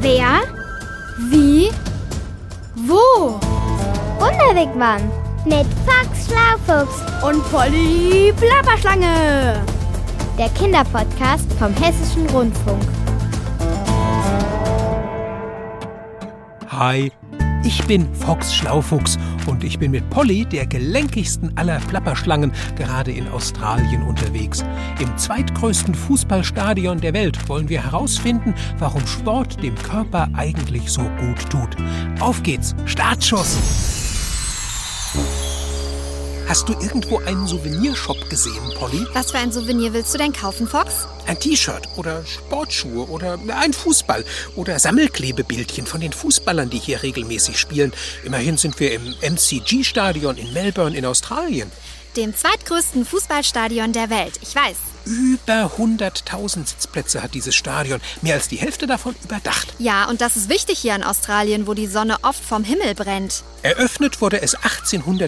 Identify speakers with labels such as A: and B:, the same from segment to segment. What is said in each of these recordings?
A: Wer? Wie? Wo?
B: Unterweg waren. Mit Fox Schlaufuchs,
A: Und Polly Plapperschlange.
B: der Kinderpodcast vom Hessischen Rundfunk.
C: Hi, ich bin Fox Schlaufuchs und ich bin mit Polly, der gelenkigsten aller Plapperschlangen, gerade in Australien unterwegs. Im zweitgrößten Fußballstadion der Welt wollen wir herausfinden, warum Sport dem Körper eigentlich so gut tut. Auf geht's, Startschuss! Hast du irgendwo einen Souvenirshop gesehen, Polly?
D: Was für ein Souvenir willst du denn kaufen, Fox?
C: Ein T-Shirt oder Sportschuhe oder ein Fußball oder Sammelklebebildchen von den Fußballern, die hier regelmäßig spielen. Immerhin sind wir im MCG-Stadion in Melbourne in Australien.
D: Dem zweitgrößten Fußballstadion der Welt. Ich weiß.
C: Über 100.000 Sitzplätze hat dieses Stadion, mehr als die Hälfte davon überdacht.
D: Ja, und das ist wichtig hier in Australien, wo die Sonne oft vom Himmel brennt.
C: Eröffnet wurde es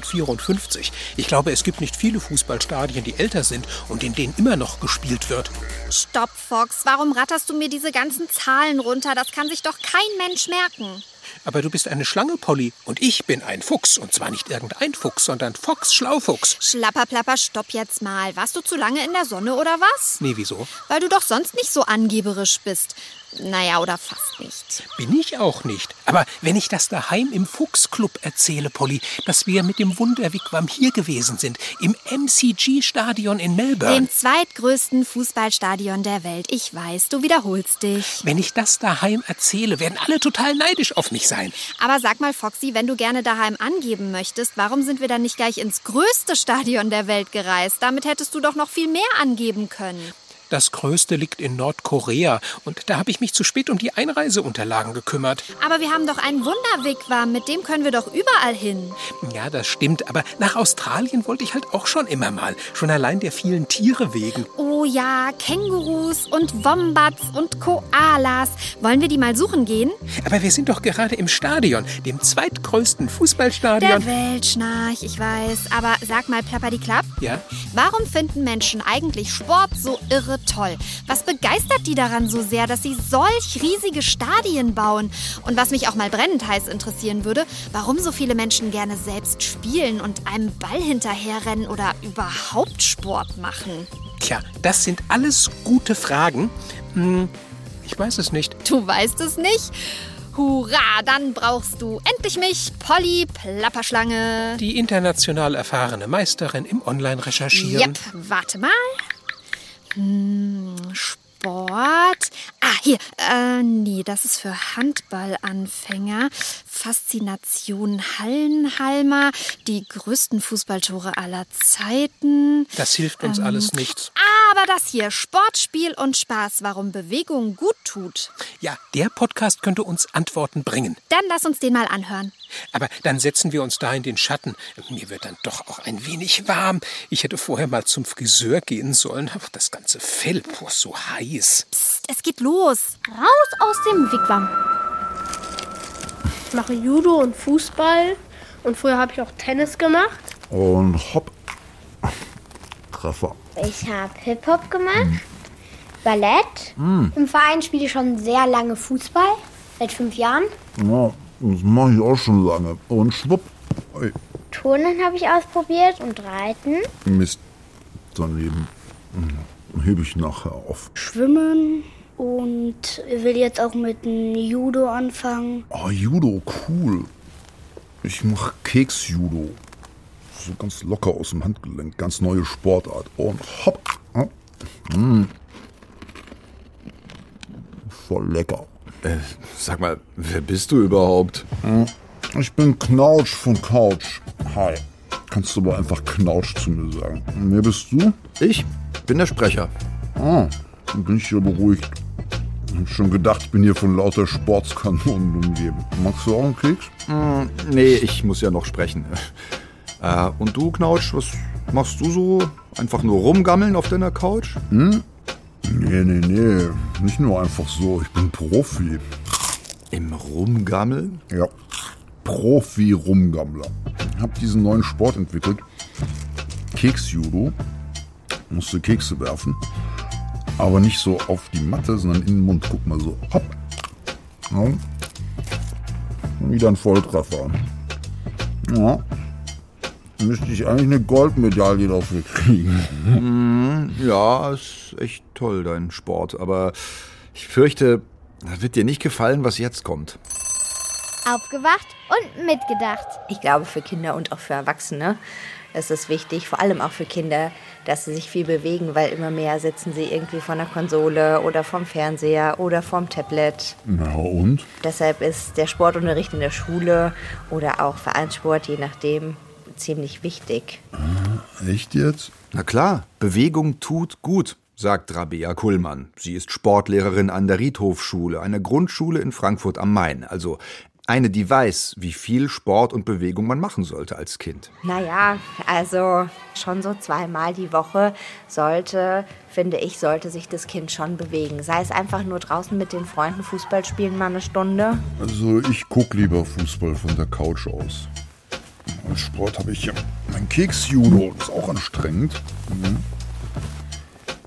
C: 1854. Ich glaube, es gibt nicht viele Fußballstadien, die älter sind und in denen immer noch gespielt wird.
D: Stopp, Fox. Warum ratterst du mir diese ganzen Zahlen runter? Das kann sich doch kein Mensch merken.
C: Aber du bist eine Schlange, Polly, und ich bin ein Fuchs. Und zwar nicht irgendein Fuchs, sondern Fox Schlaufuchs.
D: Schlapper, plapper, stopp jetzt mal. Warst du zu lange in der Sonne oder was?
C: Nee, wieso?
D: Weil du doch sonst nicht so angeberisch bist. Naja, oder fast nicht.
C: Bin ich auch nicht. Aber wenn ich das daheim im Fuchsclub erzähle, Polly, dass wir mit dem Wunderwigwam hier gewesen sind, im MCG-Stadion in Melbourne.
D: Dem zweitgrößten Fußballstadion der Welt. Ich weiß, du wiederholst dich.
C: Wenn ich das daheim erzähle, werden alle total neidisch auf mich sein.
D: Aber sag mal, Foxy, wenn du gerne daheim angeben möchtest, warum sind wir dann nicht gleich ins größte Stadion der Welt gereist? Damit hättest du doch noch viel mehr angeben können.
C: Das Größte liegt in Nordkorea und da habe ich mich zu spät um die Einreiseunterlagen gekümmert.
D: Aber wir haben doch einen Wunderwigwam, mit dem können wir doch überall hin.
C: Ja, das stimmt, aber nach Australien wollte ich halt auch schon immer mal. Schon allein der vielen Tiere wegen.
D: Oh ja, Kängurus und Wombats und Koalas. Wollen wir die mal suchen gehen?
C: Aber wir sind doch gerade im Stadion, dem zweitgrößten
D: Der
C: Fußballstadion.
D: Welt, Schnarch, ich weiß. Aber sag mal, Plappadiklapp,
C: Ja?
D: warum finden Menschen eigentlich Sport so irre toll? Was begeistert die daran so sehr, dass sie solch riesige Stadien bauen? Und was mich auch mal brennend heiß interessieren würde, warum so viele Menschen gerne selbst spielen und einem Ball hinterherrennen oder überhaupt Sport machen?
C: Tja, das sind alles gute Fragen. Hm, ich weiß es nicht.
D: Du weißt es nicht? Hurra, dann brauchst du endlich mich, Polly Plapperschlange.
C: Die international erfahrene Meisterin im Online-Recherchieren.
D: Yep, warte mal. Hm, Sport. Ah, hier. Äh, nee, das ist für Handballanfänger. Faszination Hallenhalmer. Die größten Fußballtore aller Zeiten.
C: Das hilft uns alles nichts.
D: Aber das hier, Sportspiel und Spaß, warum Bewegung gut tut.
C: Ja, der Podcast könnte uns Antworten bringen.
D: Dann lass uns den mal anhören.
C: Aber dann setzen wir uns da in den Schatten. Mir wird dann doch auch ein wenig warm. Ich hätte vorher mal zum Friseur gehen sollen. Aber das ganze Fell, boah, so heiß.
D: Psst, es geht los.
B: Raus aus dem Wigwam.
E: Ich mache Judo und Fußball und früher habe ich auch Tennis gemacht.
F: Und hopp. Treffer.
B: Ich habe Hip-Hop gemacht, Ballett. Im Verein spiele ich schon sehr lange Fußball, seit fünf Jahren.
F: Ja, das mache ich auch schon lange. Und schwupp. Ui,
B: Turnen habe ich ausprobiert und Reiten.
F: Mist. Daneben. Hm, Hebe ich nachher auf.
E: Schwimmen und will jetzt auch mit dem Judo anfangen.
F: Oh, Judo, cool. Ich mache Keks-Judo. So ganz locker aus dem Handgelenk. Ganz neue Sportart. Und hopp. Hm. Voll lecker.
G: Äh, sag mal, wer bist du überhaupt?
F: Ich bin Knautsch von Couch. Hi. Kannst du aber einfach Knautsch zu mir sagen. Und Wer bist du?
G: Ich bin der Sprecher.
F: Ah, dann bin ich hier beruhigt. Ich hab schon gedacht, ich bin hier von lauter Sportskanonen umgeben. Magst du auch einen Keks?
G: Nee, ich muss ja noch sprechen. Äh, und du, Knautsch, was machst du so? Einfach nur rumgammeln auf deiner Couch?
F: Nee, nee, nee. Nicht nur einfach so. Ich bin Profi.
G: Im Rumgammeln?
F: Ja. Profi-Rumgammler. Ich hab diesen neuen Sport entwickelt. Keksjudo. Musst du Kekse werfen. Aber nicht so auf die Matte, sondern in den Mund. Guck mal so. Hopp. Ja. Wieder ein Volltreffer. Ja. Müsste ich eigentlich eine Goldmedaille dafür kriegen.
G: Ja, ist echt toll, dein Sport. Aber ich fürchte, das wird dir nicht gefallen, was jetzt kommt.
B: Aufgewacht und mitgedacht.
H: Ich glaube, für Kinder und auch für Erwachsene ist es wichtig, vor allem auch für Kinder, dass sie sich viel bewegen, weil immer mehr sitzen sie irgendwie vor einer Konsole oder vorm Fernseher oder vorm Tablet.
F: Na und?
H: Deshalb ist der Sportunterricht in der Schule oder auch Vereinssport, je nachdem, ziemlich wichtig.
F: Echt jetzt?
G: Na klar, Bewegung tut gut, sagt Rabea Kullmann. Sie ist Sportlehrerin an der Riedhofschule, einer Grundschule in Frankfurt am Main. Also eine, die weiß, wie viel Sport und Bewegung man machen sollte als Kind.
H: Naja, also schon so zweimal die Woche sollte, finde ich, sollte sich das Kind schon bewegen. Sei es einfach nur draußen mit den Freunden Fußball spielen mal eine Stunde.
F: Also ich guck lieber Fußball von der Couch aus. Als Sport habe ich ja mein Keks-Judo. Das ist auch anstrengend. Mhm.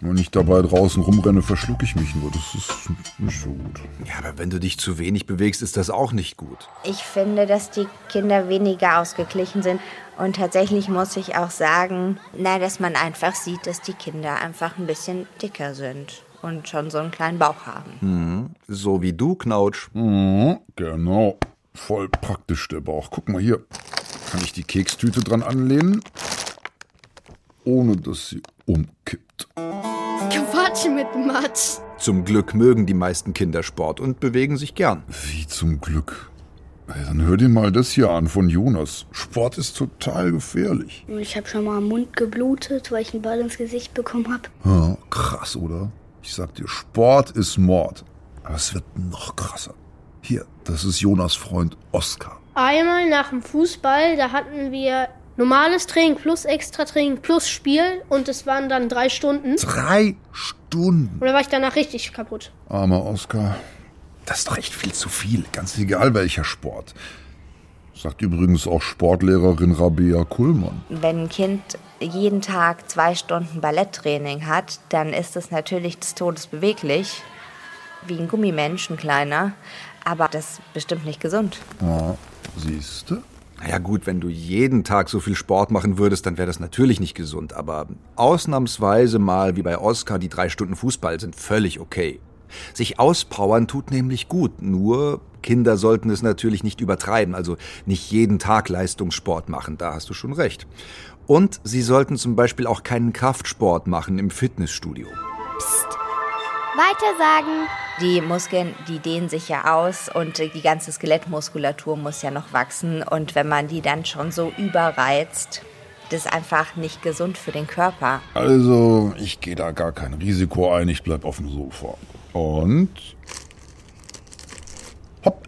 F: Wenn ich dabei draußen rumrenne, verschlucke ich mich nur. Das ist nicht so gut.
G: Ja, aber wenn du dich zu wenig bewegst, ist das auch nicht gut.
H: Ich finde, dass die Kinder weniger ausgeglichen sind. Und tatsächlich muss ich auch sagen, na, dass man einfach sieht, dass die Kinder einfach ein bisschen dicker sind und schon so einen kleinen Bauch haben.
G: So wie du, Knautsch.
F: Mhm, genau. Voll praktisch der Bauch. Guck mal hier. Kann ich die Kekstüte dran anlehnen, ohne dass sie umkippt.
A: Quatsch mit Matsch.
G: Zum Glück mögen die meisten Kinder Sport und bewegen sich gern.
F: Wie zum Glück. Ey, Dann hör dir mal das hier an von Jonas. Sport ist total gefährlich.
E: Ich habe schon mal am Mund geblutet, weil ich einen Ball ins Gesicht bekommen habe.
F: Ja, krass, oder? Ich sag dir, Sport ist Mord. Aber es wird noch krasser. Hier, das ist Jonas Freund Oskar.
I: Einmal nach dem Fußball, da hatten wir normales Training plus extra Training plus Spiel und es waren dann drei Stunden.
F: Drei Stunden.
I: Oder war ich danach richtig kaputt?
F: Armer Oskar. Das ist doch echt viel zu viel. Ganz egal welcher Sport. Sagt übrigens auch Sportlehrerin Rabea Kullmann.
H: Wenn ein Kind jeden Tag zwei Stunden Balletttraining hat, dann ist es natürlich des Todes beweglich. Wie ein Gummimensch, ein kleiner. Aber das ist bestimmt nicht gesund.
F: Ja, siehste?
G: Naja gut, wenn du jeden Tag so viel Sport machen würdest, dann wäre das natürlich nicht gesund. Aber ausnahmsweise mal, wie bei Oscar, die drei Stunden Fußball sind völlig okay. Sich auspowern tut nämlich gut, nur Kinder sollten es natürlich nicht übertreiben, also nicht jeden Tag Leistungssport machen, da hast du schon recht. Und sie sollten zum Beispiel auch keinen Kraftsport machen im Fitnessstudio.
B: Weiter sagen.
H: Die Muskeln, die dehnen sich ja aus und die ganze Skelettmuskulatur muss ja noch wachsen. Und wenn man die dann schon so überreizt, das ist einfach nicht gesund für den Körper.
F: Also, ich gehe da gar kein Risiko ein, ich bleib auf dem Sofa. Und. Hopp!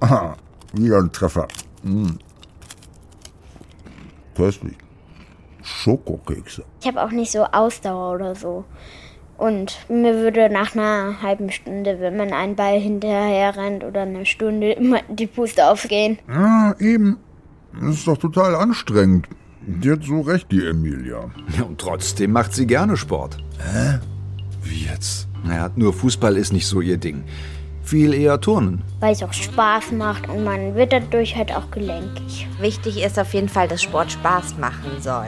F: Aha, wieder ein Treffer. Mm. Köstlich. Schokokekse.
E: Ich habe auch nicht so Ausdauer oder so. Und mir würde nach einer halben Stunde, wenn man einen Ball hinterher rennt oder eine Stunde, immer die Puste aufgehen.
F: Ja, eben. Das ist doch total anstrengend. Die hat so recht, die Emilia.
G: Ja, und trotzdem macht sie gerne Sport.
F: Wie jetzt?
G: Naja, nur Fußball ist nicht so ihr Ding. Viel eher Turnen.
E: Weil es auch Spaß macht und man wird dadurch halt auch gelenkig.
H: Wichtig ist auf jeden Fall, dass Sport Spaß machen soll.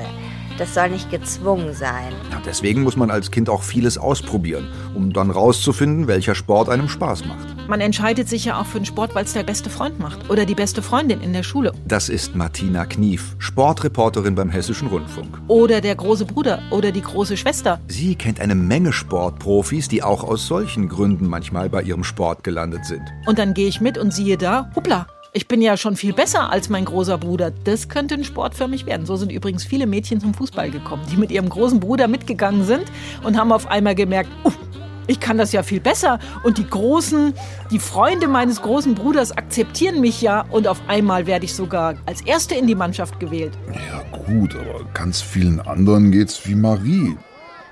H: Das soll nicht gezwungen sein.
G: Ja, deswegen muss man als Kind auch vieles ausprobieren, um dann rauszufinden, welcher Sport einem Spaß macht.
J: Man entscheidet sich ja auch für den Sport, weil es der beste Freund macht oder die beste Freundin in der Schule
G: Das ist Martina Knief, Sportreporterin beim Hessischen Rundfunk.
J: oder der große Bruder oder die große Schwester.
G: Sie kennt eine Menge Sportprofis, die auch aus solchen Gründen manchmal bei ihrem Sport gelandet sind.
J: Und dann gehe ich mit und siehe da, hoppla. Ich bin ja schon viel besser als mein großer Bruder. Das könnte ein Sport für mich werden. So sind übrigens viele Mädchen zum Fußball gekommen, die mit ihrem großen Bruder mitgegangen sind und haben auf einmal gemerkt, uff, ich kann das ja viel besser. Und die großen, die Freunde meines großen Bruders akzeptieren mich ja. Und auf einmal werde ich sogar als Erste in die Mannschaft gewählt.
F: Ja, gut, aber ganz vielen anderen geht's wie Marie.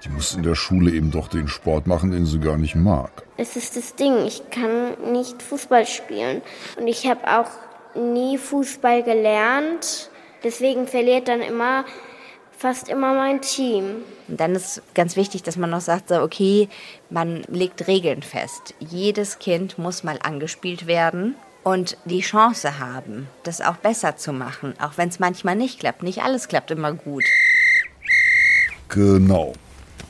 F: Die muss in der Schule eben doch den Sport machen, den sie gar nicht mag.
E: Es ist das Ding, ich kann nicht Fußball spielen. Und ich habe auch nie Fußball gelernt. Deswegen verliert dann immer
K: fast immer mein Team.
H: Und dann ist ganz wichtig, dass man noch sagt, so, okay, man legt Regeln fest. Jedes Kind muss mal angespielt werden und die Chance haben, das auch besser zu machen. Auch wenn es manchmal nicht klappt. Nicht alles klappt immer gut.
F: Genau.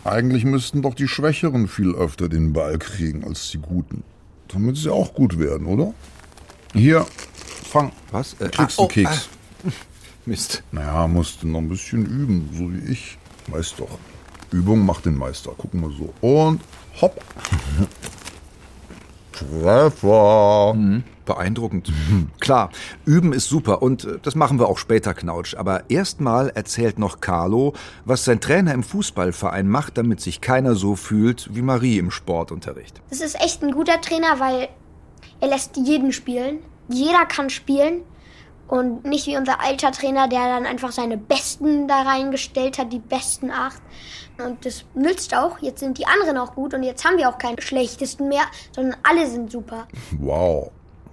F: Eigentlich müssten doch die Schwächeren viel öfter den Ball kriegen als die Guten. Damit sie auch gut werden, oder? Hier, fang.
G: Was? Äh,
F: Kriegst
G: ah,
F: einen
G: oh,
F: Keks.
G: Mist.
F: Naja, musst du noch ein bisschen üben, so wie ich. Weißt doch. Übung macht den Meister. Gucken wir so. Und hopp. Treffer.
G: Mhm. Beeindruckend. Klar, üben ist super und äh, das machen wir auch später, Knautsch. Aber erstmal erzählt noch Carlo, was sein Trainer im Fußballverein macht, damit sich keiner so fühlt wie Marie im Sportunterricht.
B: Das ist echt ein guter Trainer, weil er lässt jeden spielen. Jeder kann spielen. Und nicht wie unser alter Trainer, der dann einfach seine Besten da reingestellt hat, die besten acht. Und das nützt auch. Jetzt sind die anderen auch gut und jetzt haben wir auch keinen schlechtesten mehr, sondern alle sind super.
F: Wow.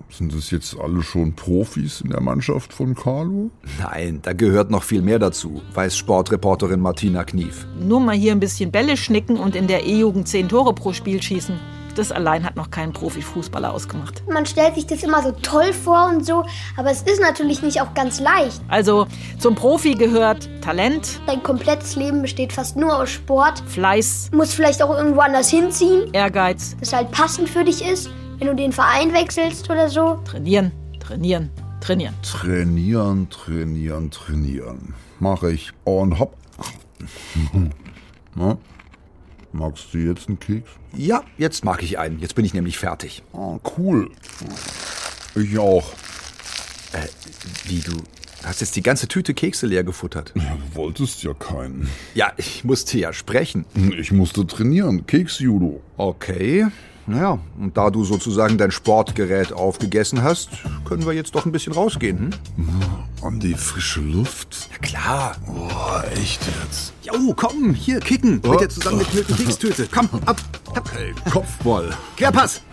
F: Sind das jetzt alle schon Profis in der Mannschaft von Carlo?
G: Nein, da gehört noch viel mehr dazu, weiß Sportreporterin Martina Knief.
J: Nur mal hier ein bisschen Bälle schnicken und in der E-Jugend zehn Tore pro Spiel schießen. Das allein hat noch keinen Profifußballer ausgemacht.
B: Man stellt sich das immer so toll vor und so, aber es ist natürlich nicht auch ganz leicht.
J: Also zum Profi gehört Talent,
B: Dein komplettes Leben besteht fast nur aus Sport.
J: Fleiß,
B: Muss vielleicht auch irgendwo anders hinziehen,
J: Ehrgeiz,
B: das halt passend für dich ist, wenn du den Verein wechselst oder so.
J: trainieren, trainieren, trainieren.
F: Trainieren, trainieren, trainieren. Mach ich. Und hopp. Na? Magst du jetzt einen Keks?
G: Ja, jetzt mag ich einen. Jetzt bin ich nämlich fertig.
F: Ah, cool. Ich auch.
G: Wie du hast jetzt die ganze Tüte Kekse leer gefuttert.
F: Ja, Du wolltest ja keinen.
G: Ja, ich musste ja sprechen.
F: Ich musste trainieren. Keksjudo.
G: Okay. Naja, und da du sozusagen dein Sportgerät aufgegessen hast, können wir jetzt doch ein bisschen rausgehen, hm?
F: An die frische Luft.
G: Ja, klar.
F: Boah, echt jetzt?
G: Jo, komm, hier, kicken.
F: Oh.
G: Mit der zusammengeknüllten Kekstüte. Komm, ab, ab.
F: Ey, Kopfball.
G: Querpass.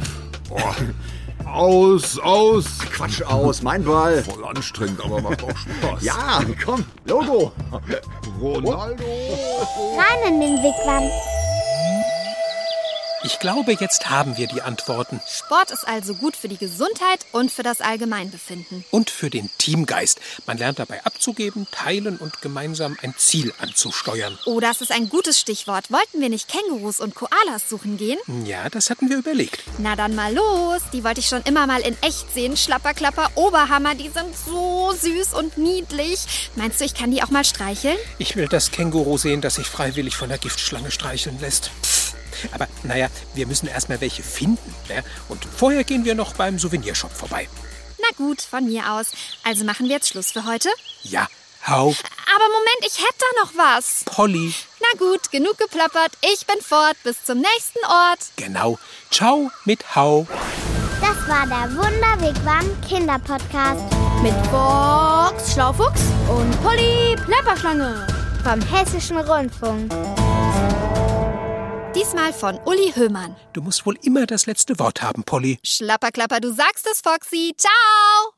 F: Aus, aus.
G: Quatsch aus, mein Ball.
F: Voll anstrengend, aber macht auch Spaß.
G: Ja, komm, Logo.
F: Ronaldo.
B: Rein in den Wigwam.
C: Ich glaube, jetzt haben wir die Antworten.
D: Sport ist also gut für die Gesundheit und für das Allgemeinbefinden.
C: Und für den Teamgeist. Man lernt dabei abzugeben, teilen und gemeinsam ein Ziel anzusteuern.
D: Oh, das ist ein gutes Stichwort. Wollten wir nicht Kängurus und Koalas suchen gehen?
C: Ja, das hatten wir überlegt.
D: Na dann mal los. Die wollte ich schon immer mal in echt sehen. Schlapperklapper, Oberhammer, die sind so süß und niedlich. Meinst du, ich kann die auch mal streicheln?
C: Ich will das Känguru sehen, das sich freiwillig von der Giftschlange streicheln lässt. Pff. Aber naja, wir müssen erstmal welche finden. Ne? Und vorher gehen wir noch beim Souvenirshop vorbei.
D: Na gut, von mir aus. Also machen wir jetzt Schluss für heute.
C: Ja, hau,
D: Aber Moment, ich hätte da noch was.
C: Polly.
D: Na gut, genug geplappert. Ich bin fort. Bis zum nächsten Ort.
C: Genau. Ciao mit hau.
B: Das war der Wunderwigwam Kinderpodcast.
A: Mit Box Schlaufuchs und Polly Plapperschlange.
E: Vom Hessischen Rundfunk.
D: Diesmal von Uli Höhmann.
C: Du musst wohl immer das letzte Wort haben, Polly.
D: Schlapperklapper, du sagst es, Foxy. Ciao.